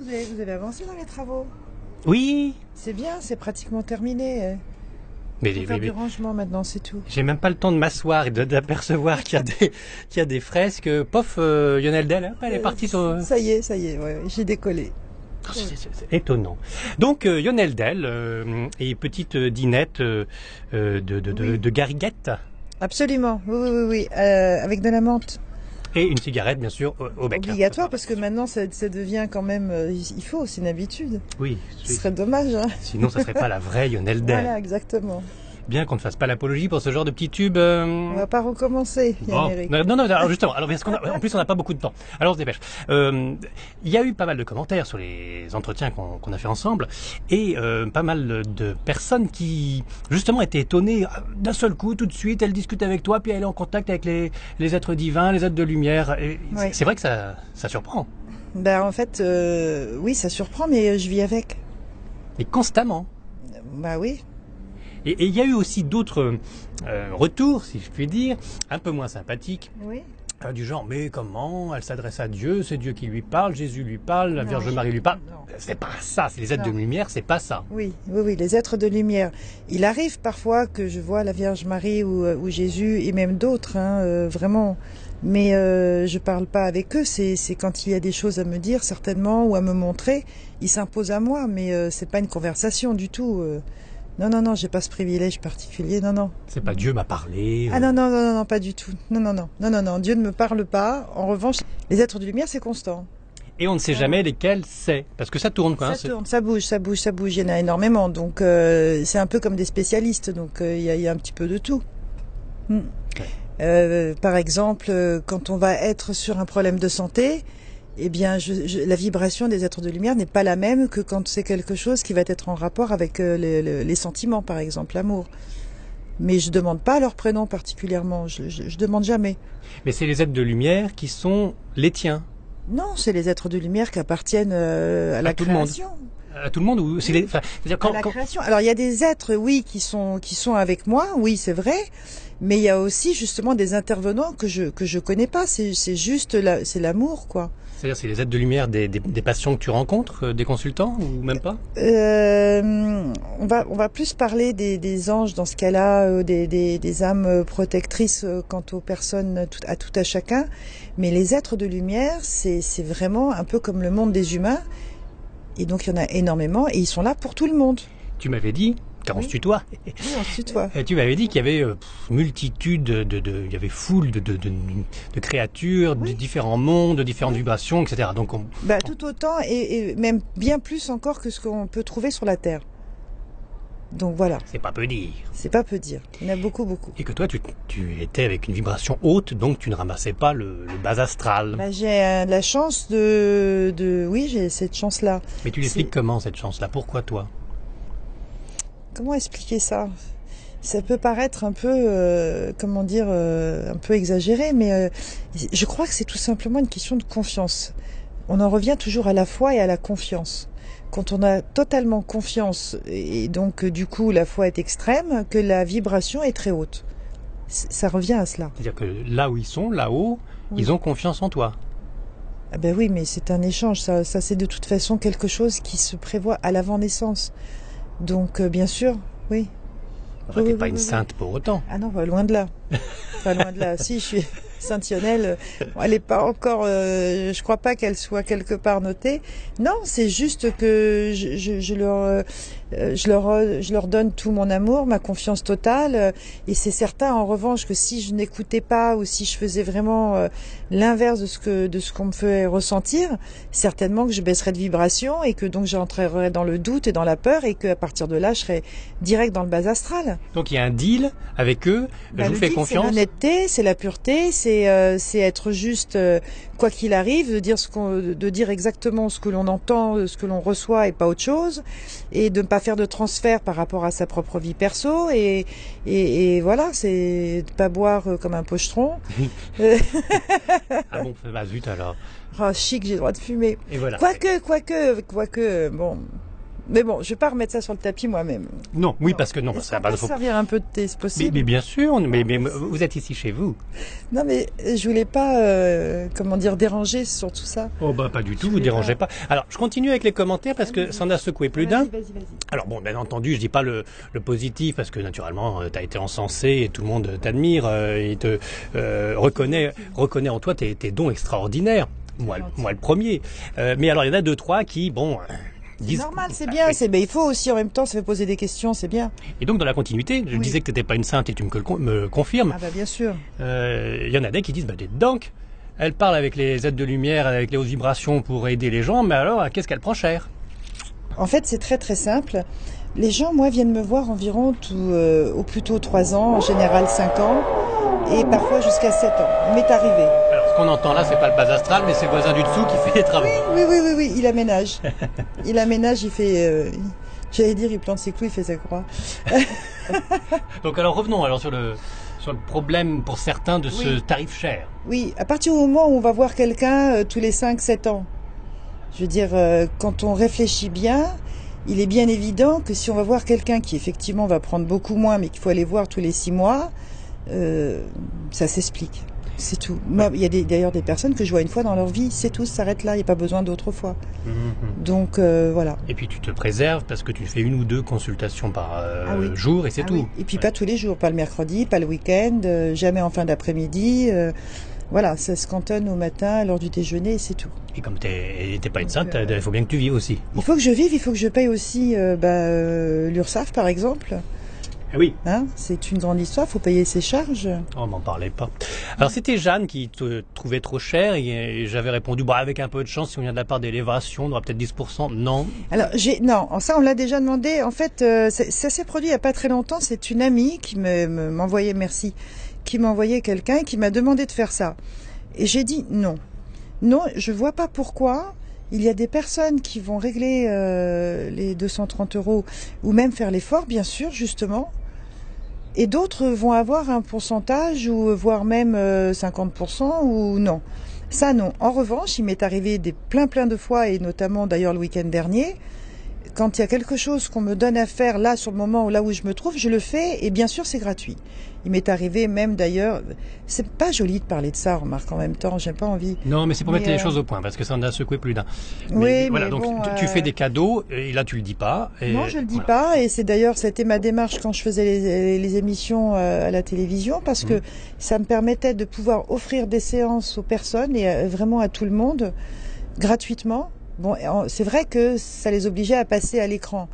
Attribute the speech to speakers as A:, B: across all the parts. A: Vous avez, vous avez avancé dans les travaux.
B: Oui,
A: C'est bien, c'est pratiquement terminé.
B: mais,
A: Il faut
B: mais-
A: faire
B: mais-
A: du rangement maintenant, c'est tout.
B: j'ai même pas le temps de m'asseoir et de- d'apercevoir qu'il y a des qu'il y a des fresques. Pof, euh, Lionel Del, hop, elle est partie sur. euh, Ah,
A: Ça y est, ça y est, ouais, j'ai décollé.
B: C'est c'est- c'est étonnant. Donc euh, Lionel Del euh, et petite euh, dînette euh, euh, de de, de,
A: Oui.
B: de gariguettes
A: Absolument, oui, oui, oui, oui. Euh, avec de la menthe.
B: et une cigarette bien sûr au, au bec.
A: Obligatoire, parce que maintenant, ça, ça devient quand même... euh, Il faut, c'est une habitude.
B: Oui.
A: Ce serait dommage, hein.
B: Sinon, ça serait pas la vraie Lionel Del.
A: Voilà, exactement.
B: Bien qu'on ne fasse pas l'apologie pour ce genre de euh. petit tube.
A: On va pas recommencer,
B: Bon.
A: Yann Eric.
B: Oh. Non, non, non, alors justement, alors parce qu'on a- en plus on n'a pas beaucoup de temps. Alors on se dépêche. Euh, Il y a eu pas mal de commentaires sur les entretiens qu'on qu'on a fait ensemble et euh, pas mal de personnes qui justement étaient étonnées Ah, d'un seul coup, tout de suite, elle discute avec toi, puis elle est en contact avec les, les êtres divins, les êtres de lumière. Et
A: Oui.
B: C'est vrai que ça, ça surprend,
A: Ben, en fait, euh, oui, ça surprend, mais je vis avec.
B: mais constamment.
A: Bah oui.
B: Et et il y a eu aussi d'autres euh, retours, si je puis dire, un peu moins sympathiques.
A: Oui.
B: Euh, du genre, mais comment Elle s'adresse à Dieu, c'est Dieu qui lui parle, Jésus lui parle, la
A: Non,
B: Vierge
A: je-
B: Marie lui parle. Euh,
A: non.
B: C'est pas ça, c'est les êtres
A: Non.
B: de lumière, c'est pas ça.
A: Oui, oui, oui, les êtres de lumière. Il arrive parfois que je vois la Vierge Marie ou, euh, ou Jésus et même d'autres, hein, euh, vraiment. Mais euh, je parle pas avec eux. C'est c'est quand il y a des choses à me dire certainement ou à me montrer, ils s'imposent à moi. Mais euh, c'est pas une conversation du tout. euh. Non, non, non, j'ai pas ce privilège particulier. Non, non.
B: C'est pas Dieu m'a parlé.
A: Ah
B: euh,
A: non, non, non, non, non, pas du tout. Non, non, non, non, non, non. Dieu ne me parle pas. En revanche, les êtres de lumière, c'est constant.
B: Et on ne sait jamais lesquels c'est. Parce que ça tourne, quoi. hein,
A: ça
B: c'est-
A: tourne, ça bouge, ça bouge, ça bouge. Il y en a énormément. Donc euh, c'est un peu comme des spécialistes. Donc euh, il y, a- il y a un petit peu de tout. Hmm. Euh, par exemple, euh, quand on va être sur un problème de santé, eh bien, je- je- la vibration des êtres de lumière n'est pas la même que quand c'est quelque chose qui va être en rapport avec euh, le- le- les sentiments, par exemple, l'amour. Mais je demande pas leur prénom particulièrement. Je, je, je demande jamais.
B: Mais c'est les êtres de lumière qui sont les tiens.
A: Non, c'est les êtres de lumière qui appartiennent euh, à la
B: tout le monde.
A: création.
B: À tout le monde ou c'est les... enfin, c'est-à-dire
A: à
B: quand,
A: la
B: quand-
A: création. Alors il y a des êtres, oui, qui sont qui sont avec moi, oui, c'est vrai, mais il y a aussi justement des intervenants que je que je connais pas. C'est c'est juste la, c'est l'amour quoi.
B: C'est-à-dire c'est les êtres de lumière des, des, des patients que tu rencontres, euh, des consultants ou même pas
A: Euh, on va on va plus parler des, des anges dans ce cas-là, euh, des, des des âmes euh, protectrices euh, quant aux personnes tout- à tout à chacun, mais les êtres de lumière, c'est c'est vraiment un peu comme le monde des humains. Et donc il y en a énormément et ils sont là pour tout le monde.
B: Tu m'avais dit, car on
A: Oui.
B: se tutoie,
A: Ensuite toi.
B: Et tu m'avais dit qu'il y avait euh, pff, multitude de, de- de- il y avait foule de, de, de, de créatures, de différents mondes, de différentes vibrations, etc. Donc on,
A: Bah, tout autant et, et même bien plus encore que ce qu'on peut trouver sur la Terre. Donc voilà,
B: c'est pas peu dire.
A: c'est pas peu dire. Il y en a beaucoup, beaucoup.
B: Et que toi, tu, tu étais avec une vibration haute, donc tu ne ramassais pas le, le bas astral.
A: Bah, j'ai euh, la chance de, de, oui, j'ai cette chance-là.
B: Mais tu l'expliques comment cette chance-là Pourquoi toi
A: Comment expliquer ça Ça peut paraître un peu, euh, comment dire, euh, un peu exagéré, mais euh, je crois que c'est tout simplement une question de confiance. On en revient toujours à la foi et à la confiance. Quand on a totalement confiance, et donc euh, du coup la foi est extrême, que la vibration est très haute. C- Ça revient à cela.
B: C'est-à-dire que là où ils sont, là-haut,
A: Oui.
B: ils ont confiance en toi.
A: Ah ben oui, mais c'est un échange. Ça, ça c'est de toute façon quelque chose qui se prévoit à l'avant-naissance. Donc euh, bien sûr, oui.
B: Enfin,
A: Oui,
B: t'es
A: oui,
B: pas
A: oui,
B: une
A: oui, oui.
B: sainte pour autant.
A: Ah non, bah, loin de là. Enfin, loin de là. Si, je suis Saint-Ionelle. Bon, elle n'est pas encore. euh, je crois pas qu'elle soit quelque part notée. Non, c'est juste que je, je, je leur, euh, je leur, euh, je leur donne tout mon amour, ma confiance totale. euh, Et c'est certain, en revanche, que si je n'écoutais pas ou si je faisais vraiment euh, l'inverse de ce que de ce qu'on me fait ressentir, certainement que je baisserais de vibration et que donc j'entrerais dans le doute et dans la peur et qu'à partir de là, je serais direct dans le bas astral.
B: Donc il y a un deal avec eux,
A: Bah,
B: je
A: le
B: vous fais
A: deal, C'est
B: confiance.
A: l'honnêteté, c'est la pureté, c'est euh, c'est être juste euh, quoi qu'il arrive, de dire ce qu'on, de dire exactement ce que l'on entend, euh, ce que l'on reçoit et pas autre chose, et de ne pas faire de transfert par rapport à sa propre vie perso et et, et voilà, c'est de pas boire euh, comme un pochetron.
B: Ah bon, bah zut alors.
A: Ah chic, j'ai le droit de fumer.
B: Et voilà.
A: Quoique, quoique, quoique, euh, bon. Mais bon, je vais pas remettre ça sur le tapis moi-même.
B: Non, oui, parce que non,
A: Est-ce
B: ça
A: qu'on
B: va
A: peut se servir un peu de thé, c'est
B: mais,
A: possible
B: mais bien sûr, mais, mais
A: Ah.
B: vous êtes ici chez vous.
A: Non, mais je voulais pas, euh, comment dire, déranger sur tout ça.
B: Oh bah pas du tout,
A: Je
B: vous
A: vais
B: dérangez pas. Alors, je continue avec les commentaires parce que ça en a secoué plus d'un.
A: Vas-y, vas-y, vas-y.
B: Alors bon, bien entendu, je dis pas le, le positif parce que naturellement, tu as été encensé et tout le monde t'admire euh, et te euh, reconnaît, reconnaît en toi tes, tes dons extraordinaires. Moi, le- moi le premier. Euh, mais alors, il y en a deux, trois qui, bon... euh,
A: C'est
B: disent-
A: normal, c'est
B: Bah,
A: bien.
B: oui.
A: C'est, mais il faut aussi en même temps, ça fait poser des questions, c'est bien.
B: Et donc, dans la continuité, je
A: Oui.
B: disais que t'étais pas une sainte et tu me, col- me confirmes.
A: Ah bah bien sûr.
B: Euh, Il y en a des qui disent, bah, des donc, elle parle avec les aides de lumière, avec les hautes vibrations pour aider les gens, mais alors, qu'est-ce qu'elle prend cher
A: En fait, c'est très très simple. Les gens, moi, viennent me voir environ tout, euh, au plus tôt 3 ans, en général 5 ans, et parfois jusqu'à 7 ans. Il m'est arrivé.
B: Alors, ce qu'on entend là, c'est pas le bas astral, mais c'est le voisin du dessous qui fait les travaux.
A: Oui, oui, oui, oui, il aménage. Il aménage, il fait... euh, J'allais dire, il plante ses clous, il fait sa croix.
B: Donc alors revenons alors sur le sur le problème pour certains de ce
A: Oui.
B: tarif cher.
A: Oui, à partir du moment où on va voir quelqu'un euh, tous les 5-7 ans, je veux dire, euh, quand on réfléchit bien, il est bien évident que si on va voir quelqu'un qui effectivement va prendre beaucoup moins, mais qu'il faut aller voir tous les 6 mois, euh, ça s'explique. C'est tout. Moi, il y a des- d'ailleurs des personnes que je vois une fois dans leur vie, c'est tout, ça s'arrête là, il n'y a pas besoin d'autres fois. Donc euh, voilà.
B: Et puis tu te préserves parce que tu fais une ou deux consultations par euh,
A: Ah oui.
B: jour et c'est
A: Ah
B: tout.
A: oui. Et puis
B: Ouais.
A: pas tous les jours, pas le mercredi, pas le week-end, euh, jamais en fin d'après-midi. euh, voilà, ça se cantonne au matin, lors du déjeuner, et c'est tout.
B: Et comme t'es t'es pas une
A: Donc,
B: sainte,
A: euh,
B: il faut bien que tu vives aussi.
A: Il faut que je vive, il faut que je paye aussi euh, bah, euh, l'URSSAF, par exemple.
B: oui.
A: Hein c'est une grande histoire, faut payer ses charges.
B: On m'en parlait pas. Alors c'était Jeanne qui te trouvait trop cher et, et j'avais répondu bah avec un peu de chance si on vient de la part d'élévation, on aura peut-être 10%. Non.
A: Alors, j'ai non, ça on l'a déjà demandé. En fait, euh, c'est- ça s'est produit il y a pas très longtemps. C'est une amie qui me- me- m'envoyait, merci, qui m'envoyait quelqu'un et qui m'a demandé de faire ça. Et j'ai dit non. Non, je vois pas pourquoi. Il y a des personnes qui vont régler euh, les 230 euros ou même faire l'effort, bien sûr, justement. Et d'autres vont avoir un pourcentage ou euh, voire même euh, 50% ou non. Ça non. En revanche, il m'est arrivé des plein plein de fois et notamment d'ailleurs le week-end dernier, quand il y a quelque chose qu'on me donne à faire là sur le moment où là où je me trouve, je le fais et bien sûr c'est gratuit. Il m'est arrivé même d'ailleurs, c'est pas joli de parler de ça, remarque en même temps, j'ai pas envie.
B: Non, mais c'est pour
A: Mais,
B: mettre les
A: euh,
B: choses au point parce que ça en a secoué plus d'un.
A: Oui,
B: voilà,
A: mais
B: donc
A: bon,
B: tu, tu
A: euh,
B: fais des cadeaux et là tu le dis pas. Et
A: Non, je le dis
B: voilà.
A: pas. Et c'est d'ailleurs, c'était ma démarche quand je faisais les, les émissions euh, à la télévision, parce que
B: Mhm.
A: ça me permettait de pouvoir offrir des séances aux personnes et euh, vraiment à tout le monde gratuitement. Bon, et en- c'est vrai que ça les obligeait à passer à l'écran.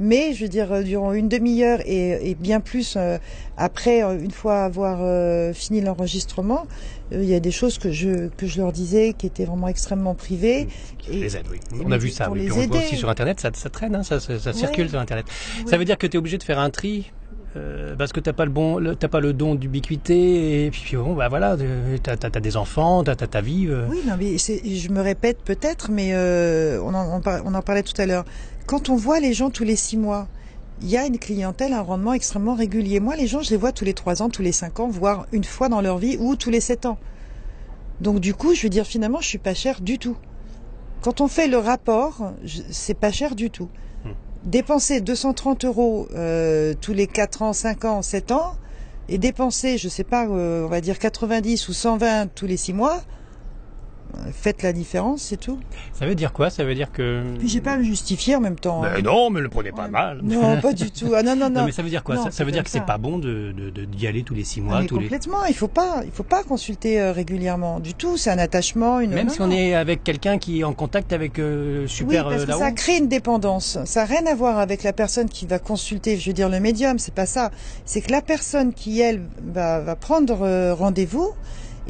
A: Mais je veux dire, euh, durant une demi-heure et, et bien plus euh, après, euh, une fois avoir euh, fini l'enregistrement, euh, il y a des choses que je que je leur disais qui étaient vraiment extrêmement privées. Et-
B: Mm. Les aides, oui.
A: et
B: On a
A: oui,
B: vu ça,
A: pour
B: oui. Puis
A: les
B: on le voit
A: aider.
B: aussi sur Internet, ça, ça traîne, hein, ça, ça- ça
A: Ouais.
B: circule sur Internet. Ça
A: Ouais.
B: veut dire que tu es obligé de faire un tri euh, parce que t'as pas le bon, le- t'as pas le don d'ubiquité et puis, puis bon, bah voilà, euh, t'as as, des enfants, t'as as ta vie. euh.
A: Oui, non, mais c'est- je me répète peut-être, mais euh, on, en, on par- on en parlait tout à l'heure. Quand on voit les gens tous les six mois, il y a une clientèle, un rendement extrêmement régulier. Moi, les gens, je les vois tous les trois ans, tous les cinq ans, voire une fois dans leur vie ou tous les sept ans. Donc, du coup, je veux dire, finalement, je suis pas cher du tout. Quand on fait le rapport, je- c'est pas cher du tout.
B: Hmm.
A: Dépenser 230 euros euh, tous les quatre ans, cinq ans, sept ans, et dépenser, je sais pas, euh, on va dire 90 ou 120 tous les six mois, faites la différence, c'est tout.
B: Ça veut dire quoi Ça veut dire que.
A: Puis j'ai pas à me justifier en même temps. hein.
B: Mais non, mais le prenez pas mal.
A: Non, pas du tout. Ah non, non, non.
B: Bah, Non, mais ça veut dire quoi
A: Non,
B: Ça, ça
A: c'est
B: veut dire
A: comme
B: que
A: ça.
B: c'est pas bon de de- de- d'y aller tous les six
A: Ah,
B: mois,
A: mais
B: tous les.
A: complètement, il faut pas, il faut pas consulter euh, régulièrement du tout. C'est un attachement, une.
B: Même
A: non,
B: si on
A: non.
B: est avec quelqu'un qui est en contact avec euh, super
A: oui, parce
B: euh,
A: que
B: là-haut.
A: ça crée une dépendance. Ça n'a rien à voir avec la personne qui va consulter, je veux dire le médium, c'est pas ça. C'est que la personne qui, elle, va, va prendre euh, rendez-vous,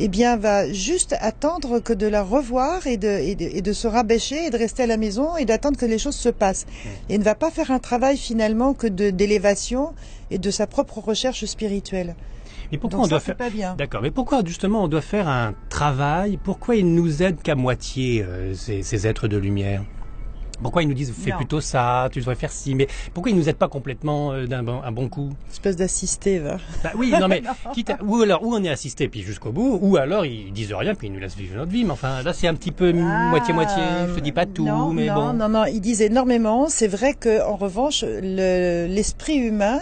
A: eh bien, va juste attendre que de la revoir et de, et, de, et de se rabêcher et de rester à la maison et d'attendre que les choses se passent.
B: Mmh.
A: Et ne va pas faire un travail finalement que de d'élévation et de sa propre recherche spirituelle.
B: Mais pourquoi
A: Donc
B: on
A: ça,
B: doit
A: c'est
B: faire
A: pas bien.
B: D'accord, mais pourquoi justement on doit faire un travail Pourquoi ils nous aident qu'à moitié, euh, ces, ces êtres de lumière Pourquoi ils nous disent fais
A: Non.
B: plutôt ça, tu devrais faire ci, mais pourquoi ils nous aident pas complètement euh, d'un bon, un bon coup
A: Espèce d'assisté, va.
B: Bah oui, non mais quitte à- ou alors ou on est assisté puis jusqu'au bout, ou alors ils disent rien puis ils nous laissent vivre notre vie. Mais enfin là c'est un petit peu moitié moitié.
A: Ah,
B: Je te dis pas tout,
A: non,
B: mais
A: non,
B: bon.
A: Non, non, ils disent énormément. C'est vrai que, en revanche, le- l'esprit humain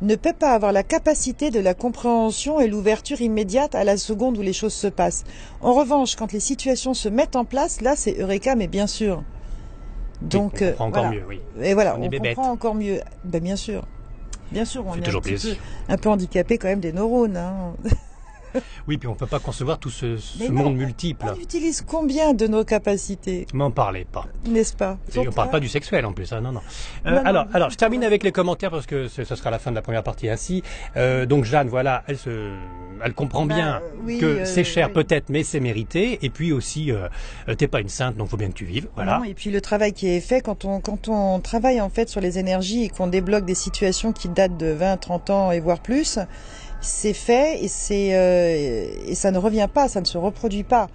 A: ne peut pas avoir la capacité de la compréhension et l'ouverture immédiate à la seconde où les choses se passent. En revanche, quand les situations se mettent en place, là, c'est Eureka, mais bien sûr. Donc,
B: Oui, on
A: euh,
B: comprend encore
A: voilà.
B: mieux, oui.
A: Et voilà,
B: On
A: on,
B: est bébête.
A: comprend encore mieux. Ben, bien sûr. Bien sûr, on
B: Fait
A: est un,
B: toujours
A: petit peu,
B: plaisir.
A: un peu handicapé quand même des neurones. hein.
B: Oui, puis on peut pas concevoir tout ce, ce
A: Mais non,
B: monde multiple.
A: On utilise combien de nos capacités,
B: M'en parlez pas.
A: n'est-ce pas
B: Et on parle pas du sexuel en plus, hein, non, non. Euh,
A: Non, non,
B: alors,
A: non,
B: alors, je termine avec les commentaires parce que ce, ce sera la fin de la première partie ainsi. Euh, donc Jeanne, voilà, elle se, elle comprend
A: Bah,
B: bien
A: euh, oui,
B: que
A: euh,
B: c'est cher
A: oui.
B: peut-être, mais c'est mérité. Et puis aussi, euh, euh, t'es pas une sainte, donc faut bien que tu vives, voilà.
A: Non, et puis le travail qui est fait quand on quand on travaille en fait sur les énergies et qu'on débloque des situations qui datent de 20, 30 ans et voire plus, c'est fait et c'est euh, et ça ne revient pas, ça ne se reproduit pas.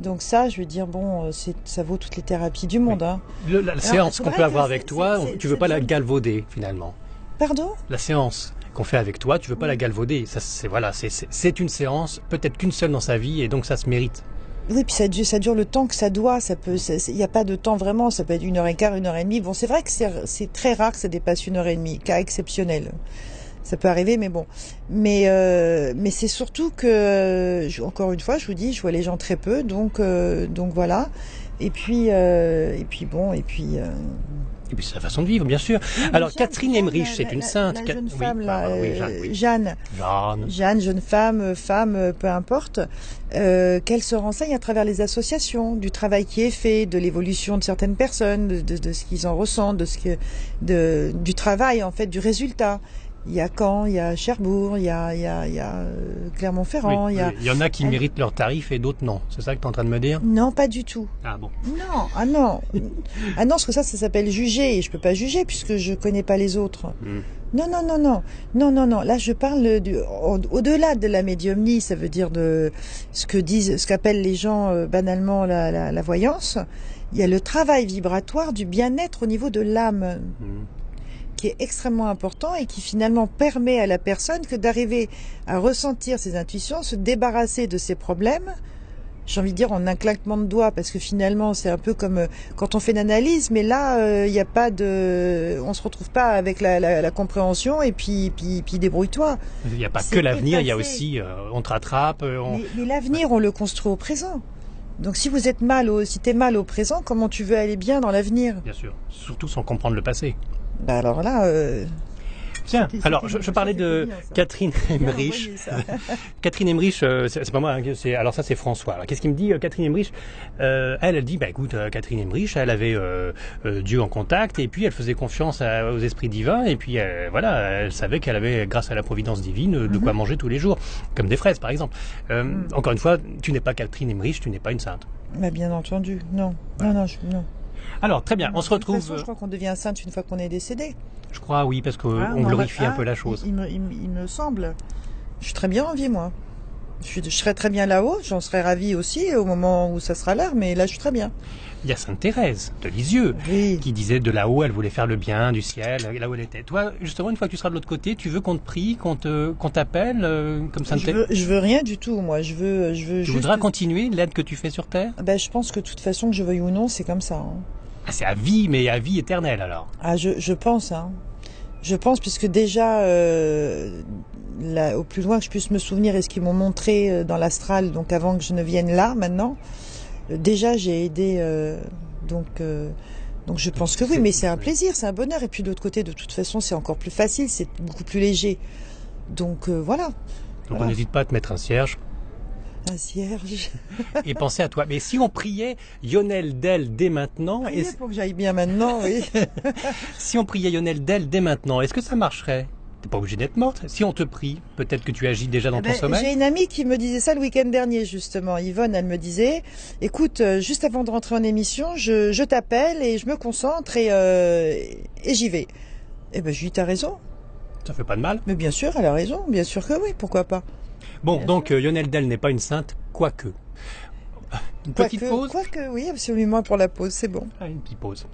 A: Donc ça, je veux dire bon, euh, c'est ça vaut toutes les thérapies du monde. Hein.
B: Le- la séance
A: c'est
B: qu'on
A: vrai
B: peut
A: que
B: avoir
A: c'est-
B: avec
A: c'est-
B: toi,
A: c'est-
B: tu veux
A: c'est
B: pas la
A: dur.
B: galvauder finalement.
A: Pardon
B: La séance qu'on fait avec toi, tu veux pas la galvauder. Ça, c'est voilà, c'est- c'est c'est une séance, peut-être qu'une seule dans sa vie, et donc ça se mérite.
A: Oui, puis ça dure, ça dure le temps que ça doit. Ça peut, il n'y a pas de temps vraiment. Ça peut être une heure et quart, une heure et demie. Bon, c'est vrai que c'est c'est très rare que ça dépasse une heure et demie, cas exceptionnel. Ça peut arriver, mais bon. Mais euh, mais c'est surtout que, euh, je- encore une fois, je vous dis, je vois les gens très peu, donc euh, donc voilà. Et puis euh, et puis bon et puis. euh,
B: Et puis c'est la façon de vivre, bien sûr. Alors
A: Jeanne-
B: Catherine
A: Jeanne,
B: Emmerich,
A: la-
B: c'est
A: la-
B: une
A: la-
B: sainte.
A: La,
B: Ca-
A: jeune
B: oui,
A: femme là,
B: pardon, oui,
A: euh,
B: Jeanne, oui.
A: Jeanne.
B: Jeanne.
A: Jeanne, jeune femme, euh, femme, euh, peu importe, euh, qu'elle se renseigne à travers les associations, du travail qui est fait, de l'évolution de certaines personnes, de, de- de ce qu'ils en ressentent, de ce que, de, du travail en fait, du résultat. Il y a Caen, il y a Cherbourg, il y a, il y a, il y a euh, Clermont-Ferrand,
B: Oui,
A: il y a.
B: oui. Il y en a qui
A: elle-
B: méritent leur tarif et d'autres non. C'est ça que tu es en train de me dire
A: Non, pas du tout.
B: Ah bon.
A: Non, ah non, ah non, parce que ça, ça s'appelle juger et je peux pas juger puisque je connais pas les autres.
B: Mm.
A: Non, non, non, non, non, non, non. Là, je parle du, au- au-delà de la médiumnie, ça veut dire de ce que disent, ce qu'appellent les gens euh, banalement la, la, la voyance. Il y a le travail vibratoire du bien-être au niveau de l'âme
B: Mm.
A: qui est extrêmement important et qui finalement permet à la personne que d'arriver à ressentir ses intuitions, se débarrasser de ses problèmes. J'ai envie de dire en un claquement de doigts parce que finalement c'est un peu comme euh, quand on fait une analyse, mais là euh, il n'y a pas de, on se retrouve pas avec la, la- la compréhension et puis puis puis débrouille-toi.
B: Il n'y a pas
A: C'est
B: que l'avenir, il y a
A: effacé.
B: aussi euh, on te rattrape, euh, on...
A: Mais, mais l'avenir on le construit au présent. Donc si vous êtes mal au, si t'es mal au présent, comment tu veux aller bien dans l'avenir
B: bien sûr, surtout sans comprendre le passé.
A: Bah alors là. euh,
B: Tiens,
A: C'était-
B: alors
A: c'était
B: je,
A: bien,
B: je parlais
A: c'était
B: de
A: bien, ça.
B: Catherine
A: bien
B: Emmerich.
A: envoyé, ça.
B: Catherine Emmerich, euh, c'est c'est pas moi, hein, c'est- alors ça c'est François. Alors qu'est-ce qu'il me dit euh, Catherine Emmerich Euh, Elle, elle dit, bah écoute, euh, Catherine Emmerich, elle avait euh, euh, Dieu en contact et puis elle faisait confiance à- aux esprits divins et puis euh, voilà, elle savait qu'elle avait, grâce à la providence divine, euh, de quoi
A: Mhm.
B: manger tous les jours, comme des fraises par exemple. Euh, Encore une fois, tu n'es pas Catherine Emmerich, tu n'es pas une sainte.
A: Bah, bien entendu, non, non, non, je, non.
B: Alors très bien, on se retrouve.
A: De toute façon, je crois qu'on devient sainte une fois qu'on est décédé.
B: Je crois, oui, parce qu'on
A: Ah,
B: on
A: non,
B: glorifie
A: bah,
B: un peu
A: ah,
B: la chose.
A: Il, il me, il me- il me semble. Je suis très bien en vie, moi. Je, suis- je serais très bien là-haut, j'en serais ravie aussi au moment où ça sera l'heure, mais là, je suis très bien.
B: Il y a Sainte Thérèse de Lisieux
A: Oui.
B: qui disait de là-haut, elle voulait faire le bien, du ciel, euh, là où elle était. Toi, justement, une fois que tu seras de l'autre côté, tu veux qu'on te prie, qu'on te, qu'on t'appelle, euh, comme Sainte
A: Je
B: Thérèse.
A: veux, je veux rien du tout, moi. Je veux, je veux
B: Tu
A: juste.
B: voudras continuer l'aide que tu fais sur terre
A: Ben, je pense que de toute façon, que je veuille ou non, c'est comme ça. hein.
B: Ah, C'est à vie, mais à vie éternelle alors.
A: Ah, je, je pense, hein. Je pense, puisque déjà, euh, là, au plus loin que je puisse me souvenir et ce qu'ils m'ont montré euh, dans l'astral, donc avant que je ne vienne là, maintenant, euh, déjà j'ai aidé. euh, donc, euh, donc je pense que oui, mais c'est un plaisir, c'est un bonheur. Et puis de l'autre côté, de toute façon, c'est encore plus facile, c'est beaucoup plus léger. Donc euh, voilà,
B: Donc
A: Voilà.
B: on n'hésite pas à te mettre un cierge
A: un cierge.
B: et penser à toi. Mais si on priait Lionel Del dès maintenant, et
A: Priez pour que j'aille bien maintenant, oui.
B: si on priait Lionel Del dès maintenant, est-ce que ça marcherait T'es pas obligé d'être morte. Si on te prie, peut-être que tu agis déjà dans
A: Eh
B: ton
A: ben,
B: sommeil.
A: J'ai une amie qui me disait ça le week-end dernier, justement. Yvonne, elle me disait, écoute, euh, juste avant de rentrer en émission, je, je t'appelle et je me concentre et, euh, et j'y vais. Eh ben, je lui dis, t'as raison.
B: Ça fait pas de mal.
A: Mais bien sûr, elle a raison. Bien sûr que oui, pourquoi pas.
B: Bon,
A: Bien
B: donc euh, Lionel Del n'est pas une sainte, quoique. Une petite
A: Quoique-
B: pause
A: Quoique, oui, absolument, pour la pause, c'est bon.
B: Ah, Une petite pause.